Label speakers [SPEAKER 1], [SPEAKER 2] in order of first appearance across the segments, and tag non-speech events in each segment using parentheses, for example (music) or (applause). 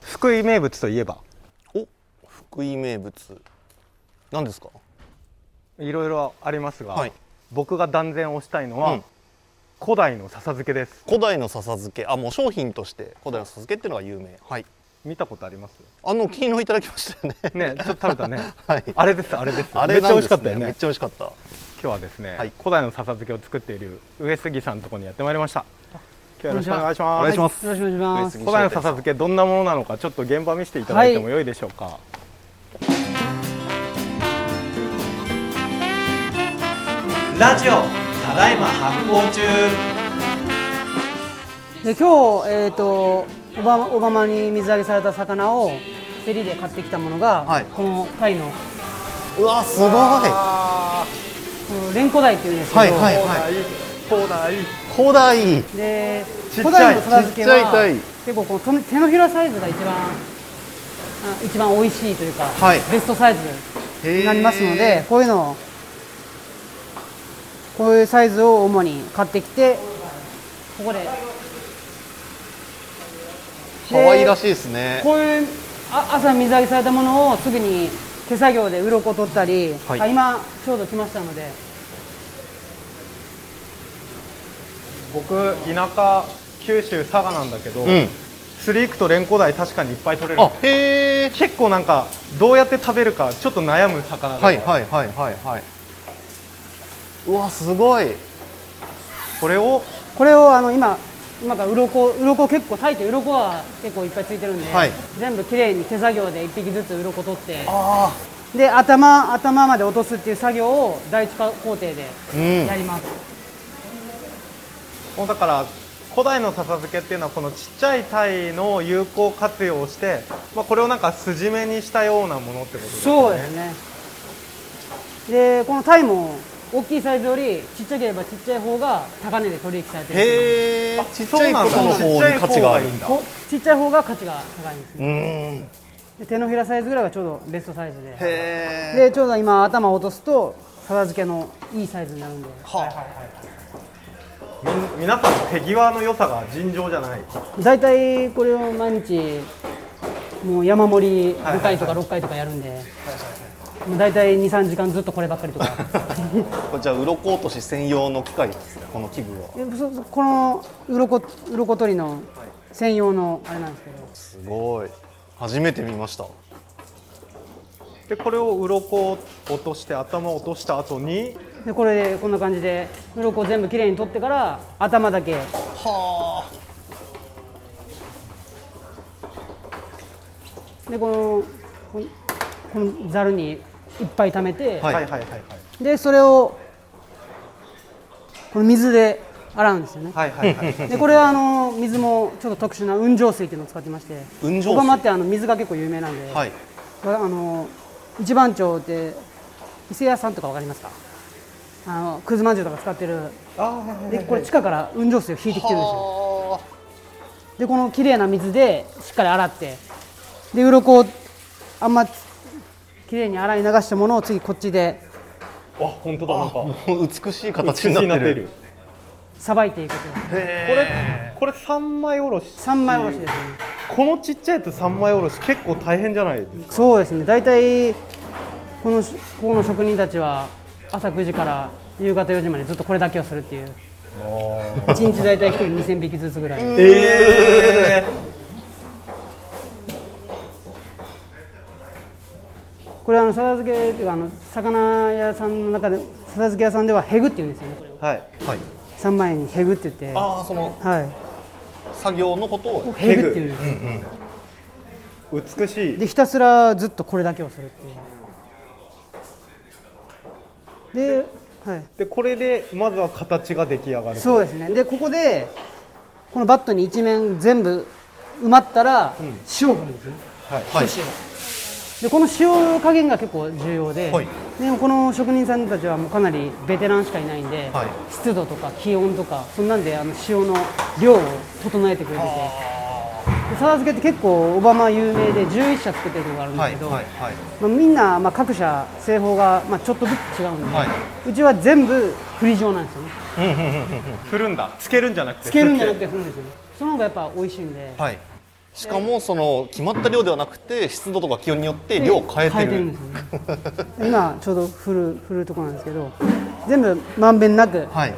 [SPEAKER 1] 福井名物といえば
[SPEAKER 2] お福井名物何ですか
[SPEAKER 1] いろいろありますが、
[SPEAKER 2] はい
[SPEAKER 1] 僕が断然推したいのは、
[SPEAKER 2] うん
[SPEAKER 1] 古代の笹漬けです
[SPEAKER 2] 古代の笹漬けあもう商品として古代の笹漬けっていうのが有名はい
[SPEAKER 1] 見たことあります
[SPEAKER 2] あの昨日いただきましたよ
[SPEAKER 1] ね
[SPEAKER 2] ね
[SPEAKER 1] ちょっと食べたね
[SPEAKER 2] (laughs) はい
[SPEAKER 1] あれですあれです
[SPEAKER 2] あ
[SPEAKER 1] め
[SPEAKER 2] れ
[SPEAKER 1] っちゃ
[SPEAKER 2] な
[SPEAKER 1] 美味
[SPEAKER 2] んで
[SPEAKER 1] し
[SPEAKER 2] す
[SPEAKER 1] かったよ
[SPEAKER 2] めっ
[SPEAKER 1] ね
[SPEAKER 2] ちゃ美味しかった
[SPEAKER 1] 今日はですね、
[SPEAKER 2] はい
[SPEAKER 1] 古代の笹漬けを作っている上杉さんのところにやってまいりました今日はよろしくお願いします
[SPEAKER 2] お願いします
[SPEAKER 3] よろしくお願
[SPEAKER 2] 上
[SPEAKER 3] いし
[SPEAKER 2] 杉
[SPEAKER 3] ます。
[SPEAKER 1] 古代の笹漬けどんなものなのかちょっと現場見せていただいてもよいでしょうか、ラジオただいま発行中
[SPEAKER 3] で今日えっ、と小浜小浜に水揚げされた魚を競りで買ってきたものが、
[SPEAKER 2] はい
[SPEAKER 3] このタイの
[SPEAKER 2] うわすごいは
[SPEAKER 3] このレンコダイっていうんです
[SPEAKER 2] い
[SPEAKER 3] けど、
[SPEAKER 2] はいはい
[SPEAKER 1] 古代
[SPEAKER 2] 古代
[SPEAKER 3] で
[SPEAKER 1] ちっちゃい
[SPEAKER 3] 古代の笹漬け
[SPEAKER 2] ちっちゃいタイ
[SPEAKER 3] は結構この手の手のひらサイズが一番あ一番美味しいというか、
[SPEAKER 2] はい
[SPEAKER 3] ベストサイズになりますのでこういうのをこういうサイズを主に買ってきてここで
[SPEAKER 2] 可愛らしいですね
[SPEAKER 3] こういうあ朝水揚げされたものをすぐに手作業で鱗取ったり、
[SPEAKER 2] はい
[SPEAKER 3] あ今ちょうど来ましたので
[SPEAKER 1] 僕田舎九州佐賀なんだけど、
[SPEAKER 2] うん
[SPEAKER 1] 釣り行くとレンコダイ確かにいっぱい取れる
[SPEAKER 2] あへえ
[SPEAKER 1] 結構なんかどうやって食べるかちょっと悩む魚だから
[SPEAKER 2] はいはいはいはいはいうわすごい
[SPEAKER 1] これを
[SPEAKER 3] これをあの今今から鱗鱗結構タイって鱗は結構いっぱいついてるんで、
[SPEAKER 2] はい
[SPEAKER 3] 全部きれいに手作業で1匹ずつ鱗取って
[SPEAKER 2] あ
[SPEAKER 3] で頭頭まで落とすっていう作業を第一工程で
[SPEAKER 2] あうん
[SPEAKER 3] やります、
[SPEAKER 1] もうだから古代の笹漬けっていうのはこのちっちゃい鯛の有効活用をして、まあ、これをなんか筋目にしたようなものってことです
[SPEAKER 3] そ
[SPEAKER 1] よ
[SPEAKER 3] う
[SPEAKER 1] ね
[SPEAKER 3] ですねでこのタイも大きいサイズよりちっちゃければちっちゃい方が高値で取引されてる
[SPEAKER 2] へえちっちゃいこと
[SPEAKER 1] そう
[SPEAKER 2] の方
[SPEAKER 1] なんだ
[SPEAKER 2] に価値がある
[SPEAKER 1] ちっちゃい方がいいんだ
[SPEAKER 2] んだ
[SPEAKER 3] こちっちゃい方が価値が高いんです
[SPEAKER 2] うーんへ
[SPEAKER 3] で手のひらサイズぐらいがちょうどベストサイズで
[SPEAKER 2] え
[SPEAKER 3] でちょうど今頭を落とすと片漬けのいいサイズになるんで
[SPEAKER 1] み皆さんの手際の良さが尋常じゃない
[SPEAKER 3] 大体これを毎日もう山盛り5回とか6回とかやるんでもう大体23時間ずっとこればっかりとか
[SPEAKER 2] (laughs) これじゃあ鱗落とし専用の機械ですねこの器具は
[SPEAKER 3] でそそこの鱗鱗取りの専用のあれなんですけど
[SPEAKER 2] すごい初めて見ました
[SPEAKER 1] でこれを鱗を落として頭を落とした後に
[SPEAKER 3] でこれでこんな感じで鱗を全部きれいに取ってから頭だけ
[SPEAKER 2] は
[SPEAKER 3] でこのこのこのざるにいっぱい溜めて、
[SPEAKER 2] は
[SPEAKER 1] はいいはいはいはい
[SPEAKER 3] でそれをこの水で洗うんですよね、
[SPEAKER 1] はいはいはい
[SPEAKER 3] でこれはあの水もちょっと特殊な雲上水っていうのを使ってまして
[SPEAKER 2] 雲上水
[SPEAKER 3] 小浜ってあの水が結構有名なんで、
[SPEAKER 2] あはい
[SPEAKER 3] これあの一番町って伊勢屋さんとかわかりますかあのくずまんじゅうとか使ってる
[SPEAKER 1] あ
[SPEAKER 3] でこれ地下から雲上水を引いてきてるんですよ
[SPEAKER 2] は
[SPEAKER 3] でこの綺麗な水でしっかり洗ってで鱗をあんま綺麗に洗い流したものを次こっちで
[SPEAKER 1] あ本当だなんかこ
[SPEAKER 2] あもう美しい形になってる
[SPEAKER 3] さばいていくという
[SPEAKER 1] れ
[SPEAKER 2] へ
[SPEAKER 1] これ三枚おろし
[SPEAKER 3] 3枚おろしですね
[SPEAKER 1] このちっちゃいやつ三枚おろし結構大変じゃないですか
[SPEAKER 3] そうですね大体このここの職人たちは朝9時から夕方4時までずっとこれだけをするっていう1日大体1人2000匹ずつぐらい
[SPEAKER 1] ええ
[SPEAKER 3] これはあの笹漬けっていうかあの魚屋さんの中で笹漬け屋さんではヘグっていうんですよねこれを
[SPEAKER 1] はい
[SPEAKER 2] えはい
[SPEAKER 3] 3枚にヘグって言っては
[SPEAKER 2] ああその
[SPEAKER 3] い
[SPEAKER 2] 作業のことを
[SPEAKER 3] ヘグっていうんです
[SPEAKER 1] 美しい
[SPEAKER 3] でひたすらずっとこれだけをするっていうで、はい、
[SPEAKER 1] でこれでまずは形が出来上がる
[SPEAKER 3] そうですねでここでこのバットに一面全部埋まったら塩を振るんですね
[SPEAKER 2] はい
[SPEAKER 3] でこの塩加減が結構重要で、
[SPEAKER 2] はい
[SPEAKER 3] でもこの職人さんたちはもうかなりベテランしかいないんで、
[SPEAKER 2] はい
[SPEAKER 3] 湿度とか気温とかそんなんであの塩の量を整えてくれててで沢漬けって結構小浜有名で11社作ってるところがあるんです
[SPEAKER 2] はい
[SPEAKER 3] けど、
[SPEAKER 2] はいはい
[SPEAKER 3] まあ、みんな、まあ、各社製法が、まあ、ちょっとずつ違うんで、
[SPEAKER 2] は
[SPEAKER 3] うちは全部振り状なんですよね
[SPEAKER 1] 振るんだつけるんじゃなくて
[SPEAKER 3] つけるんじゃなくて振るんですよねその方がやっぱ美味しいんで、
[SPEAKER 2] はいしかもその決まった量ではなくて湿度とか気温によって量を変えてる
[SPEAKER 3] んですよね今ちょうど振る振るところなんですけど全部まんべんなく
[SPEAKER 2] はい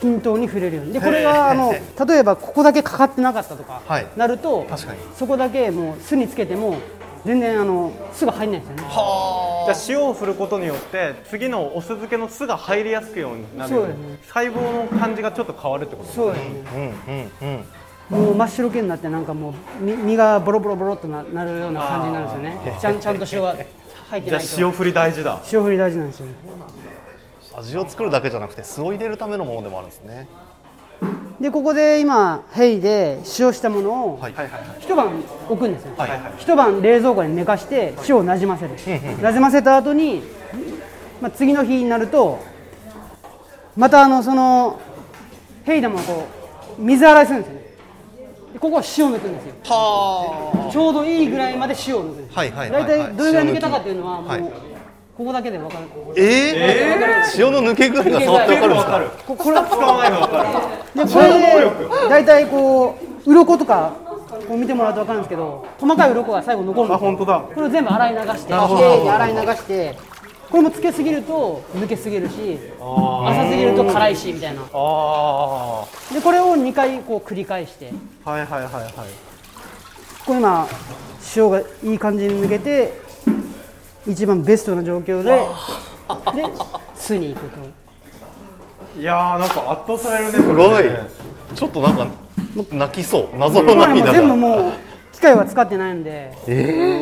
[SPEAKER 3] 均等に振れるようにでこれがあの例えばここだけかかってなかったとか
[SPEAKER 2] はい
[SPEAKER 3] なると、
[SPEAKER 2] 確かに
[SPEAKER 3] そこだけもう巣につけても全然あのすぐ入んないですよね
[SPEAKER 1] じゃあ塩を振ることによって次のお酢漬けの酢が入りやすくようになるよ
[SPEAKER 3] そうですね
[SPEAKER 1] 細胞の感じがちょっと変わるってこと
[SPEAKER 3] そうですね
[SPEAKER 2] うんうんうん
[SPEAKER 3] もう真っ白けになってなんかもうみ身がボロボロボロっとななるような感じになるんですよねちゃんちゃんと塩が入って
[SPEAKER 1] じゃ
[SPEAKER 3] な
[SPEAKER 1] あ
[SPEAKER 3] いと
[SPEAKER 1] 塩振り大事だ
[SPEAKER 3] 塩振り大事なんですよね
[SPEAKER 2] 味を作るだけじゃなくて素を入れるためのものでもあるんですね
[SPEAKER 3] でここで今ヘイで使用したものを
[SPEAKER 2] はいはい
[SPEAKER 3] 一晩置くんですよ、
[SPEAKER 2] はいはい
[SPEAKER 3] 一晩冷蔵庫に寝かして塩をなじませる、なじませた後に、まあ、次の日になるとまたあのそのヘイダマをこう水洗いするんですよねでここは塩を抜くんですよ
[SPEAKER 2] は
[SPEAKER 3] ちょうどいいぐらいまで塩を抜くんです
[SPEAKER 2] はいはいはいは
[SPEAKER 3] 大
[SPEAKER 2] い
[SPEAKER 3] 体どれぐらい抜けたかっていうのはもう、
[SPEAKER 2] はい
[SPEAKER 3] ここだけで分かる
[SPEAKER 2] ーえー、塩の抜け具合が触ってわかるんですか
[SPEAKER 3] ここれは
[SPEAKER 1] 使わないの分かる
[SPEAKER 3] でこれで大体こう鱗とかこう見てもらうと分かるんですけど細かい鱗が最後残るんですよ
[SPEAKER 1] あ本当だ
[SPEAKER 3] これを全部洗い流して
[SPEAKER 2] なるほど
[SPEAKER 3] きれいに洗い流してこれもつけすぎると抜けすぎるし浅すぎると辛いしみたいな
[SPEAKER 1] ああは
[SPEAKER 3] でこれを2回こう繰り返して
[SPEAKER 1] いはいはいはい
[SPEAKER 3] これ今塩がいい感じに抜けて一番ベストな状況でで酢に行くと
[SPEAKER 1] いやーなんか圧倒されるねす
[SPEAKER 2] すごいちょっとなんか泣き (laughs) そう謎の
[SPEAKER 3] これも
[SPEAKER 2] 涙
[SPEAKER 3] 全部
[SPEAKER 2] が
[SPEAKER 3] もう機械は使ってないんで
[SPEAKER 1] う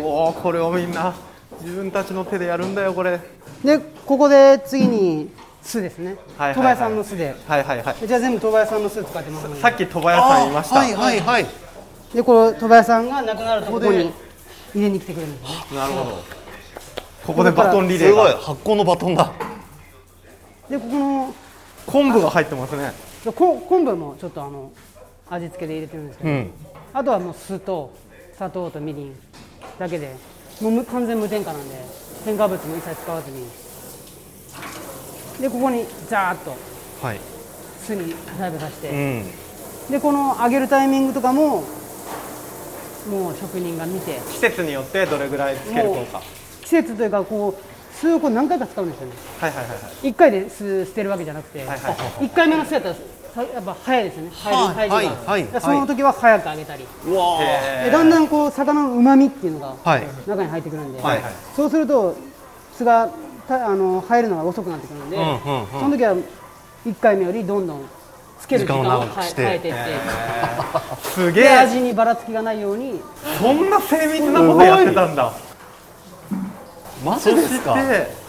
[SPEAKER 1] おーこれをみんな自分たちの手でやるんだよこれ
[SPEAKER 3] でここで次に酢ですね
[SPEAKER 1] はいはいはい
[SPEAKER 3] 東林さんの酢で
[SPEAKER 1] はいはいはい
[SPEAKER 3] じゃあ全部東林さんの酢使ってます
[SPEAKER 1] さっき鳥羽屋さん言いました、
[SPEAKER 2] はいはいはい
[SPEAKER 3] でこの鳥羽さんが亡くなるとここ
[SPEAKER 2] ここ
[SPEAKER 3] に
[SPEAKER 2] で
[SPEAKER 3] 入れに来てくれるんですね
[SPEAKER 1] なるほどここでバトンリレ
[SPEAKER 2] す
[SPEAKER 1] ー
[SPEAKER 2] ごい
[SPEAKER 1] が
[SPEAKER 2] 発酵のバトンだ
[SPEAKER 3] でここの
[SPEAKER 1] 昆布が入ってますね
[SPEAKER 3] でこ昆布もちょっとあの味付けで入れてるんですけ
[SPEAKER 2] う
[SPEAKER 3] ど、
[SPEAKER 2] ん
[SPEAKER 3] あとはもう酢と砂糖とみりんだけでもうむ完全無添加なんで添加物も一切使わずにでここにザーッと
[SPEAKER 2] はい
[SPEAKER 3] 酢にダイブさせて、
[SPEAKER 2] うん
[SPEAKER 3] でこの揚げるタイミングとかももう職人が見て
[SPEAKER 1] 季節によってどれぐらいつけるのか
[SPEAKER 3] 季節というかこう酢をこう何回か使うんですよね
[SPEAKER 1] はいはいはいはい
[SPEAKER 3] 1回で酢捨てるわけじゃなくて、
[SPEAKER 1] はいはいはい
[SPEAKER 3] 1回目の酢やったらさやっぱ早いですよね入
[SPEAKER 2] はい
[SPEAKER 3] る入るが
[SPEAKER 2] はいはい
[SPEAKER 3] だからその時は早く揚げたり、
[SPEAKER 2] うわー
[SPEAKER 1] へ
[SPEAKER 3] でだんだんこう魚のうまみっていうのが
[SPEAKER 2] はい
[SPEAKER 3] 中に入ってくるんで、
[SPEAKER 2] はい
[SPEAKER 1] はい
[SPEAKER 3] そうすると酢がたあの入るのが遅くなってくるんで、
[SPEAKER 2] うんうんうん
[SPEAKER 3] その時は1回目よりどんどんつける時間を
[SPEAKER 2] 時間を
[SPEAKER 3] は
[SPEAKER 2] 長くして
[SPEAKER 3] 変えていって、
[SPEAKER 1] ーすげ
[SPEAKER 3] で
[SPEAKER 1] え
[SPEAKER 3] 味にばらつきがないように
[SPEAKER 1] そんな精密なことやってたんだ
[SPEAKER 2] マ
[SPEAKER 1] そ
[SPEAKER 2] ジです
[SPEAKER 1] して
[SPEAKER 2] か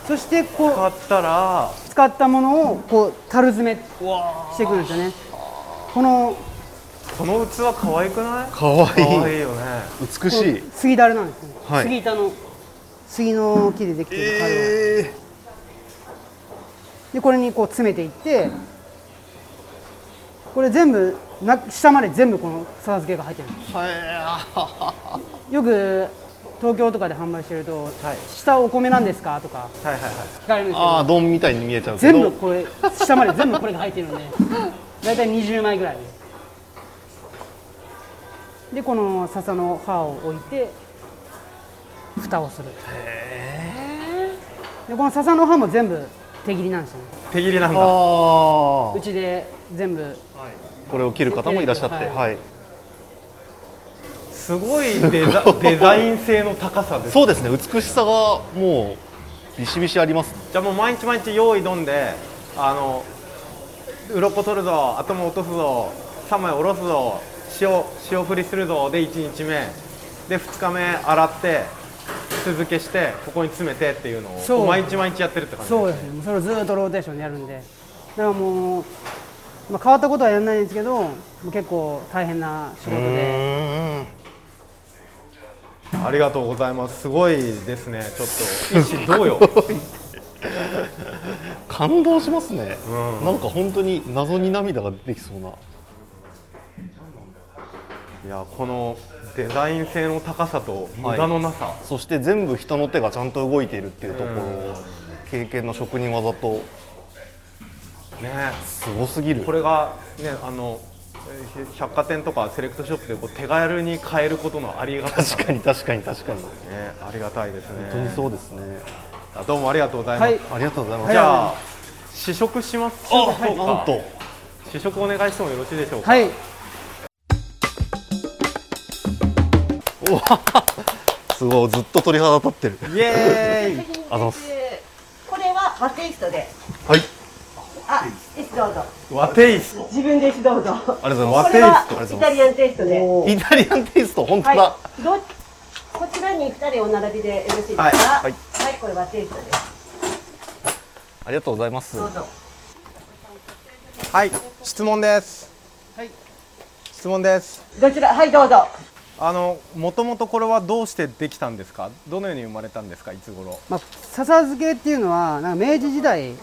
[SPEAKER 3] そしてこう
[SPEAKER 1] 買ったら
[SPEAKER 3] 使ったものをこう樽詰めしていくんですよねこの
[SPEAKER 1] この器可愛くない
[SPEAKER 2] かわい
[SPEAKER 1] 可愛
[SPEAKER 2] い
[SPEAKER 1] いよね
[SPEAKER 2] 美しい
[SPEAKER 3] 杉樽なんですね、
[SPEAKER 2] はい
[SPEAKER 3] 杉板の杉の木でできてる樽を、
[SPEAKER 2] え
[SPEAKER 3] でこれにこう詰めていってこれ全部な下まで全部このさ漬けが入ってるんで
[SPEAKER 2] ーは
[SPEAKER 3] すよく東京とかで販売してると、
[SPEAKER 1] はい
[SPEAKER 3] 下お米なんですかとか
[SPEAKER 1] はいはいはい
[SPEAKER 3] 聞かれるん
[SPEAKER 2] い
[SPEAKER 3] ですけ
[SPEAKER 2] あ
[SPEAKER 3] ど
[SPEAKER 2] あ丼みたいに見えちゃうけど
[SPEAKER 3] 全部これ下まで全部これが入ってるんで大体20枚ぐらいですでこの笹の葉を置いて蓋をするでこの笹の葉も全部手切りなんですよね
[SPEAKER 1] 手切りなんだは
[SPEAKER 2] あ
[SPEAKER 3] うちで全部
[SPEAKER 2] あこれを切る方もいらっしゃって
[SPEAKER 3] はい
[SPEAKER 2] はい
[SPEAKER 1] いすごいデ
[SPEAKER 2] (laughs)
[SPEAKER 1] ザデザイン性の高さです
[SPEAKER 2] そうですね美しさがもうビシビシあります
[SPEAKER 1] じゃあもう毎日毎日用意どんであの鱗取るぞ頭落とすぞ3枚下ろすぞ塩塩振りするぞで1日目で2日目洗って酢漬けしてここに詰めてっていうのを
[SPEAKER 3] そう
[SPEAKER 1] 毎日毎日やってるって感じ
[SPEAKER 3] そうですねもうそれをずっとローテーションでやるんでだからもう、まあ、変わったことはやらないんですけどもう結構大変な仕事で
[SPEAKER 2] ん
[SPEAKER 1] ありがとうございますすごいですねちょっと一ど
[SPEAKER 3] (laughs)
[SPEAKER 1] うよ
[SPEAKER 2] 感動しますね、
[SPEAKER 1] うん
[SPEAKER 2] なんか本当に謎に涙が出てきそうない
[SPEAKER 1] やこのデザイン性の高さと無駄のなさ、
[SPEAKER 2] そして全部人の手がちゃんと動いているっていうとこ
[SPEAKER 1] う
[SPEAKER 2] ろ
[SPEAKER 1] ん
[SPEAKER 2] 経験の職人技と
[SPEAKER 1] ね
[SPEAKER 2] すごすぎる
[SPEAKER 1] これがねあの百貨店とかセレクトショップでこう手軽に買えることのありがたさ、ね、
[SPEAKER 2] 確かに確かに確かに本
[SPEAKER 1] ありがたいですね
[SPEAKER 2] 当にそうですね
[SPEAKER 1] あどうもありがとうございます、
[SPEAKER 3] はい
[SPEAKER 2] ありがとうございます
[SPEAKER 1] じ
[SPEAKER 2] じゃ
[SPEAKER 1] ゃあ試食します
[SPEAKER 2] あ
[SPEAKER 1] でしょうか
[SPEAKER 2] なんと
[SPEAKER 1] 試食お願いしてもよろしいでしょうか、
[SPEAKER 3] はい
[SPEAKER 2] うわ (laughs) すごいずっと鳥肌立ってる
[SPEAKER 1] イエ
[SPEAKER 4] (laughs)
[SPEAKER 1] ーイ
[SPEAKER 2] あの
[SPEAKER 4] これは和テイストで。
[SPEAKER 2] はい
[SPEAKER 4] あ、石どうぞ。
[SPEAKER 1] 和テイスト
[SPEAKER 4] 自分で石どうぞ。こ
[SPEAKER 2] ありがとうござい
[SPEAKER 4] れ
[SPEAKER 2] ま
[SPEAKER 4] は
[SPEAKER 2] す
[SPEAKER 4] イタリアンテイストで。
[SPEAKER 2] イタリアンテイスト本当だ、
[SPEAKER 4] はい。どこちらに二人お並びでよろしいですか。
[SPEAKER 1] はい
[SPEAKER 2] は
[SPEAKER 4] はいい。これ和テイストです。
[SPEAKER 2] ありがとうございます
[SPEAKER 4] どうぞ。
[SPEAKER 1] はい質問です
[SPEAKER 3] はい
[SPEAKER 1] 質問です
[SPEAKER 4] どちら、はい、どうぞ。
[SPEAKER 1] あのもともとこれはどうしてできたんですかどのように生まれたんですかいつ頃
[SPEAKER 3] まあ、笹漬けっていうのはなんか明治時代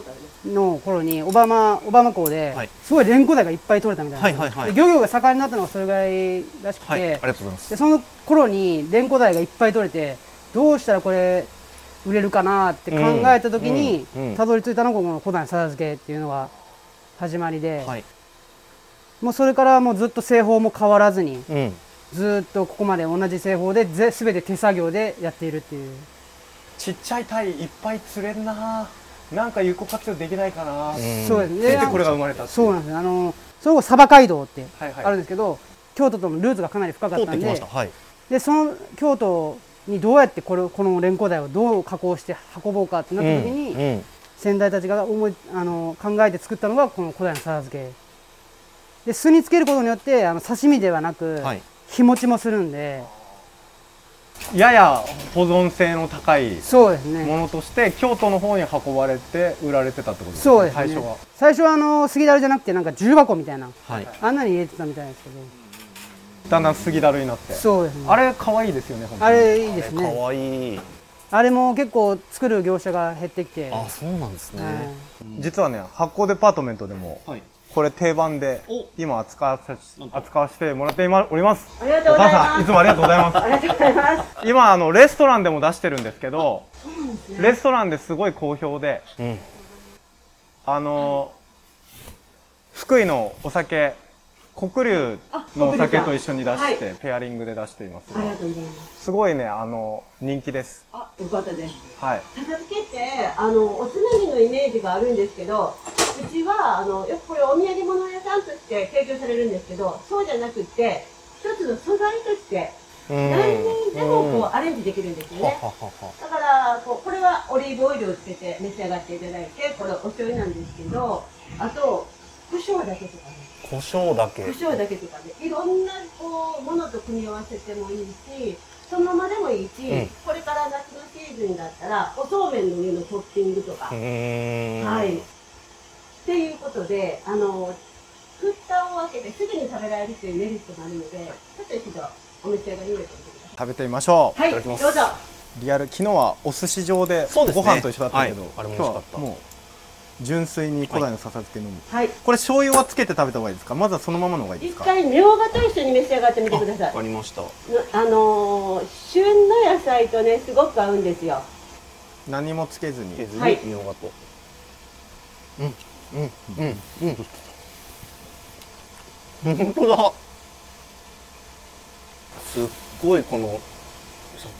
[SPEAKER 3] の頃に小浜小浜港で
[SPEAKER 2] はい
[SPEAKER 3] すごいレンコダイがいっぱい取れたみたいな、
[SPEAKER 2] はいはいはい
[SPEAKER 3] で漁業が盛んになったのがそれぐらいらしくて、
[SPEAKER 2] はいありがとうございます
[SPEAKER 3] でその頃にレンコダイがいっぱい取れてどうしたらこれ売れるかなって考えた時に
[SPEAKER 2] うんうんうん
[SPEAKER 3] たどり着いたのがこの古代の笹漬けっていうのが始まりで、
[SPEAKER 2] はい
[SPEAKER 3] もうそれからもうずっと製法も変わらずに
[SPEAKER 2] うん
[SPEAKER 3] ずっとここまで同じ製法でぜ全て手作業でやっているっていう。
[SPEAKER 1] ちっちゃい鯛いっぱい釣れんななんか有効活用できないかな、
[SPEAKER 3] そうですね
[SPEAKER 1] でこれが生まれたってい
[SPEAKER 3] そうなんですよあのそれこそ鯖街道って
[SPEAKER 1] はいはい
[SPEAKER 3] あるんですけど、京都とのルーツがかなり深か
[SPEAKER 2] 通
[SPEAKER 3] っ
[SPEAKER 2] ったて
[SPEAKER 3] ん
[SPEAKER 2] き
[SPEAKER 3] で
[SPEAKER 2] ましたはい
[SPEAKER 3] でその京都にどうやってこれこのレンコダイをどう加工して運ぼうかってなった時に、
[SPEAKER 2] うんうん
[SPEAKER 3] 先代たちが思いあの考えて作ったのがこの古代のさら漬けで酢につけることによってあの刺身ではなく、
[SPEAKER 2] はい
[SPEAKER 3] 日持ちもするんで
[SPEAKER 1] やや保存性の高い
[SPEAKER 3] そうですね
[SPEAKER 1] ものとして京都の方に運ばれて売られてたってことですね
[SPEAKER 3] そうですね
[SPEAKER 1] 最初は
[SPEAKER 3] 最初はあの杉だるじゃなくてなんか重箱みたいな
[SPEAKER 2] はい
[SPEAKER 3] あんなに入れてたみたいですけど
[SPEAKER 1] だんだん杉だるになって
[SPEAKER 3] そうですね
[SPEAKER 1] あれ可愛いですよね本当
[SPEAKER 3] あ
[SPEAKER 1] に
[SPEAKER 3] れいいです
[SPEAKER 2] か
[SPEAKER 3] ね
[SPEAKER 2] わいい
[SPEAKER 3] あれも結構作る業者が減ってきて、
[SPEAKER 2] あそうなんですね、
[SPEAKER 3] はい
[SPEAKER 1] 実はね発酵デパートメントでも
[SPEAKER 2] はい
[SPEAKER 1] これ定番で
[SPEAKER 2] お
[SPEAKER 1] 今扱わせ扱わせてもらって今おります
[SPEAKER 4] ありがとう
[SPEAKER 1] お
[SPEAKER 4] ござ
[SPEAKER 1] 母さん
[SPEAKER 4] います。
[SPEAKER 1] いつもありがとうございます
[SPEAKER 4] ありがとうございます。
[SPEAKER 1] (laughs) 今あのレストランでも出してるんですけどレストランですごい好評で、
[SPEAKER 2] うん
[SPEAKER 1] あの福井のお酒黒龍のお酒と一緒に出して、ペアリングで出しています
[SPEAKER 4] ありがとうございます。
[SPEAKER 1] すごいねあの人気です
[SPEAKER 4] あ、よかったです。
[SPEAKER 1] はい
[SPEAKER 4] 片付けってあのおつまみのイメージがあるんですけどうちはあのよくこれお土産物屋さんとして提供されるんですけどそうじゃなくって一つの素材として
[SPEAKER 2] うん
[SPEAKER 4] 何にでもこうアレンジできるんですよね
[SPEAKER 2] ははは
[SPEAKER 4] だからこうこれはオリーブオイルをつけて召し上がっていただいてこれお醤油なんですけどあと胡椒だけとかね
[SPEAKER 2] 胡椒だけ
[SPEAKER 4] 胡椒だけとかねいろんなこうものと組み合わせてもいいしそのままでもいいし、
[SPEAKER 2] うん
[SPEAKER 4] これから夏のシーズンだったらおそうめんの上のトッピングとか、
[SPEAKER 2] うーん
[SPEAKER 4] はいっていうことであの蓋を開けてすぐに食べられるというメリットがあるのでちょっと一度お召し上がりをやってみてくださ
[SPEAKER 1] 食べてみましょう、
[SPEAKER 4] いはい
[SPEAKER 2] ただき
[SPEAKER 4] ど
[SPEAKER 2] ま
[SPEAKER 4] う
[SPEAKER 2] す
[SPEAKER 4] ぞ
[SPEAKER 1] リアル昨日はお寿司場で
[SPEAKER 2] そうです
[SPEAKER 1] ご
[SPEAKER 2] ね
[SPEAKER 1] 飯と一緒だったけど、
[SPEAKER 2] はいあれも美味
[SPEAKER 1] 今
[SPEAKER 2] し
[SPEAKER 1] 日
[SPEAKER 2] か
[SPEAKER 1] は
[SPEAKER 2] った
[SPEAKER 1] もう純粋に古代の笹漬け飲む、
[SPEAKER 4] はい
[SPEAKER 1] これ醤油はつけて食べた方がいいですかまずはそのままの方がいいで
[SPEAKER 4] 一
[SPEAKER 1] すか
[SPEAKER 4] 回みょうがと一緒に召し上がってみてください
[SPEAKER 2] わかりました
[SPEAKER 4] あのー旬の野菜とねすごく合うんですよ
[SPEAKER 1] 何もつけずに
[SPEAKER 2] つけず
[SPEAKER 4] はい
[SPEAKER 2] にみょうがとうんうんうんうん本当だすっごいこの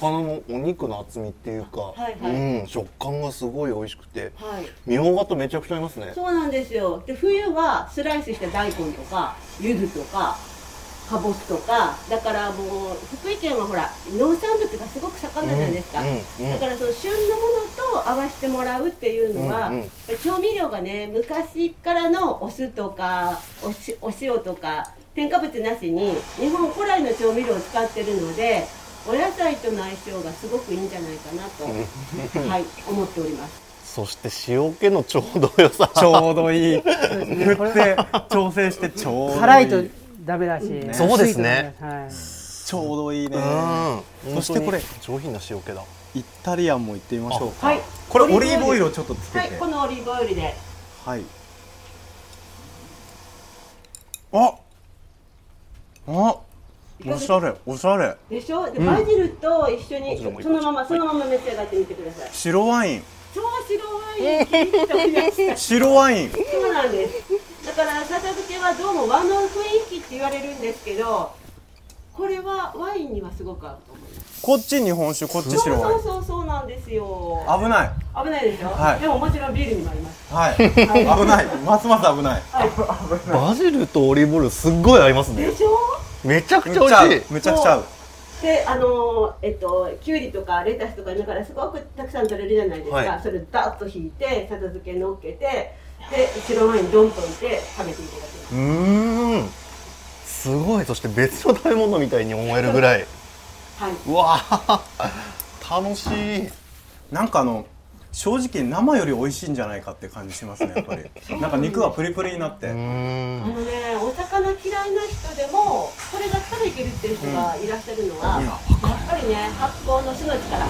[SPEAKER 2] 魚のお肉の厚みっていうか、
[SPEAKER 4] はいはい
[SPEAKER 2] うん、食感がすごい美味しくて
[SPEAKER 4] はい
[SPEAKER 2] みょうがとめちゃくちゃ合いますね
[SPEAKER 4] そうなんですよで冬はスライスした大根とか柚子とかかぼすとかだからもう福井県はほら農産物がすごく盛んなんじゃないですか、
[SPEAKER 2] うんうん
[SPEAKER 4] だからその旬のものと合わせてもらうっていうのは、
[SPEAKER 2] うんうん
[SPEAKER 4] 調味料がね昔からのお酢とかおしお塩とか添加物なしに日本古来の調味料を使ってるのでお野菜との相性がすごくいいんじゃないかなと、はい、思っております。
[SPEAKER 2] そして塩気のちょうど良さ
[SPEAKER 1] ち
[SPEAKER 2] (laughs)
[SPEAKER 1] ょうどいい。振
[SPEAKER 3] これ
[SPEAKER 1] って調整してちょうどいい。
[SPEAKER 3] 辛いとダメだし、
[SPEAKER 2] そうですね
[SPEAKER 3] はい、
[SPEAKER 1] ちょうどいいね。
[SPEAKER 2] うん
[SPEAKER 1] そしてこれ
[SPEAKER 2] 本当に上品な塩気だ
[SPEAKER 1] イタリアンも行ってみましょうか。
[SPEAKER 4] はい、
[SPEAKER 1] これオリーブオイルをちょっとつけ
[SPEAKER 4] はい、
[SPEAKER 1] て。
[SPEAKER 4] このオリーブオイルで。
[SPEAKER 1] はい。あ、あ、おしゃれおしゃれ。
[SPEAKER 4] でしょで、バジルと一緒に
[SPEAKER 2] バジルもいい
[SPEAKER 4] そのままそのまま召し上がってみてください。
[SPEAKER 1] 白ワイン
[SPEAKER 4] 超白ワイン切り取り出した
[SPEAKER 1] 白ワイン。
[SPEAKER 4] そうなんです。だから笹漬けはどうも和の雰囲気って言われるんですけどこれはワインにはすごく合うと思います
[SPEAKER 1] こっち日本酒こっち
[SPEAKER 4] そう
[SPEAKER 1] 白ワイ
[SPEAKER 4] そ
[SPEAKER 1] ン
[SPEAKER 4] うそうそうなんですよ
[SPEAKER 1] 危ない
[SPEAKER 4] 危ないでしょ、
[SPEAKER 1] はい
[SPEAKER 4] でももちろんビールにもあります
[SPEAKER 1] はい危ないますます危ない
[SPEAKER 2] バジルとオリーブオイルすっごい合いますね
[SPEAKER 4] でしょ
[SPEAKER 2] めちゃく
[SPEAKER 1] め
[SPEAKER 2] ち
[SPEAKER 1] っ
[SPEAKER 2] ゃ
[SPEAKER 1] ちゃ合
[SPEAKER 2] 美味しいう
[SPEAKER 1] めちゃくちゃ合う
[SPEAKER 4] であのーえっときゅうりとかレタスとかだからすごくたくさん取れるじゃないですか、
[SPEAKER 2] はい
[SPEAKER 4] それダッと引いて笹漬けのっけてで白ワインドンと置いて食べていただきます
[SPEAKER 2] うーんすごいそして別の食べ物みたいに思えるぐらい
[SPEAKER 4] はいう
[SPEAKER 2] わー楽しい
[SPEAKER 1] なんかあの正直生より美味しいんじゃないかって感じしますねやっぱりなんか肉がプリプリになって
[SPEAKER 2] う
[SPEAKER 4] あ
[SPEAKER 2] ーん
[SPEAKER 4] のねお魚嫌いな人でもこれが食べきるっていう人がいらっしゃるのは、やっぱりね発酵の種の力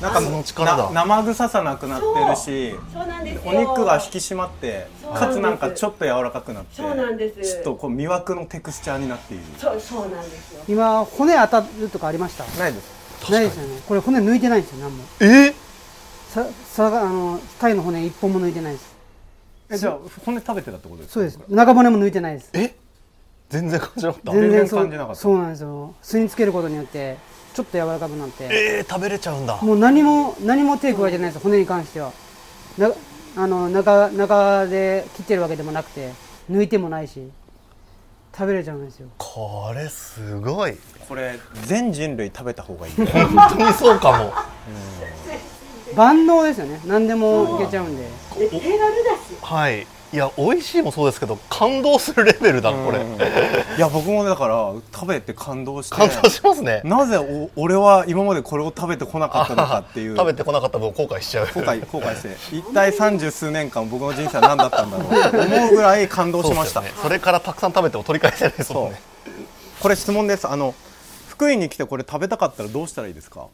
[SPEAKER 1] なんか
[SPEAKER 2] その力だ
[SPEAKER 1] な生臭さなくなってるし
[SPEAKER 4] そうなんですよ
[SPEAKER 1] お肉が引き締まって
[SPEAKER 4] そう
[SPEAKER 1] かつなんかちょっと柔らかくなって
[SPEAKER 4] そうなんです
[SPEAKER 1] ちょっとこう魅惑のテクスチャーになっている
[SPEAKER 4] そうそうなんですよ
[SPEAKER 3] 今骨当たるとかありました
[SPEAKER 1] ないです
[SPEAKER 3] ないですよねこれ骨抜いてないんですよ何も
[SPEAKER 2] え
[SPEAKER 3] ささあのタイの骨一本も抜いてないです
[SPEAKER 1] えじゃあ骨食べてたってことですか
[SPEAKER 3] そうです中骨も抜いてないです
[SPEAKER 2] え全然感じなかった
[SPEAKER 1] 然
[SPEAKER 3] そう
[SPEAKER 1] 感じなかった
[SPEAKER 3] そうなんですよ酢につけることによってちょっと柔らかくなって
[SPEAKER 2] えー、食べれちゃうんだ
[SPEAKER 3] もう何も何も手加えてないです骨に関してはなあの中中で切ってるわけでもなくて抜いてもないし食べれちゃうんですよ
[SPEAKER 2] これすごい
[SPEAKER 1] これ全人類食べた方がいい
[SPEAKER 2] 本当にそうかも
[SPEAKER 3] 万能ですよね何でもいけちゃうんで
[SPEAKER 4] で手軽だし
[SPEAKER 2] (laughs) はいいや美味しいもそうですけど感動するレベルだこれ
[SPEAKER 1] いや僕もだから食べて感動して
[SPEAKER 2] 感動しますね
[SPEAKER 1] なぜお俺は今までこれを食べてこなかったのかっていう
[SPEAKER 2] 食べてこなかった分後悔しちゃう
[SPEAKER 1] 後悔後悔して一体三十数年間僕の人生は何だったんだろうと思うぐらい感動
[SPEAKER 2] そう
[SPEAKER 1] し
[SPEAKER 2] ですよ
[SPEAKER 1] ました
[SPEAKER 2] ねそれからたくさん食べても取り返せないですもんね
[SPEAKER 1] これ質問ですあの福井に来てこれ食べたかったらどうしたらいいですか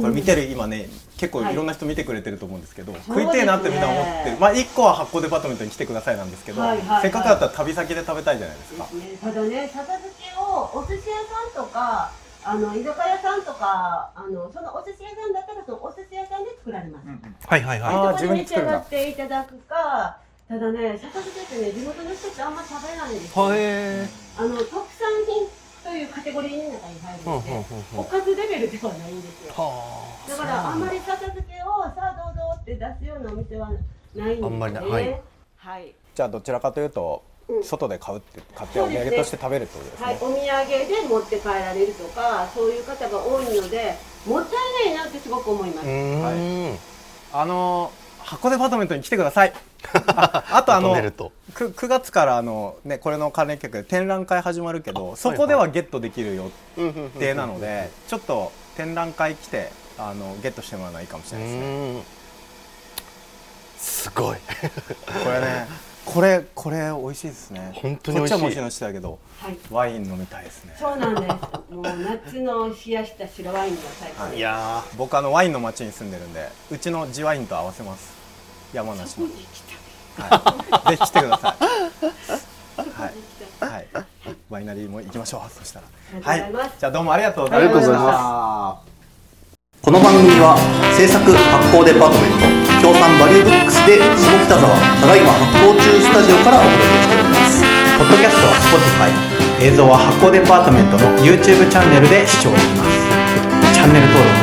[SPEAKER 1] これ見てる今ね結構
[SPEAKER 4] はい
[SPEAKER 1] いろんな人見てくれてると思うんですけど、
[SPEAKER 4] うですね
[SPEAKER 1] 食いてえなってみんな思ってるまあ1個は発酵デパートメントに来てくださいなんですけど、
[SPEAKER 4] はいはいはい
[SPEAKER 1] せっかくだったら旅先で食べたいじゃないですか
[SPEAKER 4] ねただね笹漬けをお寿司屋さんとかあの居酒屋さんとかあのそのお寿司屋さんだったらそのお寿司屋さんで作られます、
[SPEAKER 2] はいはいはい
[SPEAKER 1] あー
[SPEAKER 4] そ
[SPEAKER 1] 自
[SPEAKER 4] こ
[SPEAKER 1] 分
[SPEAKER 4] で
[SPEAKER 1] で
[SPEAKER 4] 召し
[SPEAKER 1] 作るん
[SPEAKER 4] 上が
[SPEAKER 1] だ
[SPEAKER 4] っていただくかただね笹漬けってね地元の人ってあんま食べないんですよ、
[SPEAKER 2] はえ
[SPEAKER 4] あの特産品というカテゴリーの中に入るので、
[SPEAKER 2] うんうんうんうん
[SPEAKER 4] おかずレベルではないんですよ
[SPEAKER 2] は
[SPEAKER 4] だからあんまり片付けをさあどうぞって出すようなお店はないんです
[SPEAKER 2] あ
[SPEAKER 4] ね
[SPEAKER 2] んまりないはい
[SPEAKER 4] はい、
[SPEAKER 1] じゃあどちらかというと、
[SPEAKER 4] うん
[SPEAKER 1] 外で買うって買ってお土産として食べるってことですね、
[SPEAKER 4] はい、お土産で持って帰られるとかそういう方が多いのでもったいないなってすごく思います、
[SPEAKER 2] うーん
[SPEAKER 1] あの箱デパートメントに来てくだ (laughs) さいああとあの
[SPEAKER 2] 求めると
[SPEAKER 1] 9, 月からあの、ね、これの関連企画で展覧会始まるけどそこではゲットできる予定なのでちょっと展覧会来てあのゲットしてもらうのはいいかもしれ
[SPEAKER 2] う
[SPEAKER 1] ないですね
[SPEAKER 2] ーんすごい
[SPEAKER 1] これねこれこれ美味しいですね
[SPEAKER 2] 本当に美味
[SPEAKER 1] こっ
[SPEAKER 2] しい
[SPEAKER 1] ちはもちろんしてたけど
[SPEAKER 4] はい
[SPEAKER 1] ワイン飲みたいですね
[SPEAKER 4] そうなんですもう夏の冷やした白ワインが最高
[SPEAKER 2] い
[SPEAKER 4] です、
[SPEAKER 2] やー
[SPEAKER 1] 僕あのワインの町に住んでるんでうちの地ワインと合わせます山梨
[SPEAKER 4] (laughs)
[SPEAKER 1] の、はい、ぜひ来てくださいはい、はい、ワイナリーも行きましょうそしたら
[SPEAKER 4] ありがとうございます
[SPEAKER 1] じゃあどうもありがとうございました
[SPEAKER 3] ありがとうござい
[SPEAKER 5] この番組は制作発行デパートメント協賛バリューブックスで下北沢ただいま発行中スタジオからお届けしております
[SPEAKER 6] ポッドキャストは Spotify 映像は発行デパートメントの YouTube チャンネルで視聴できますチャンネル登録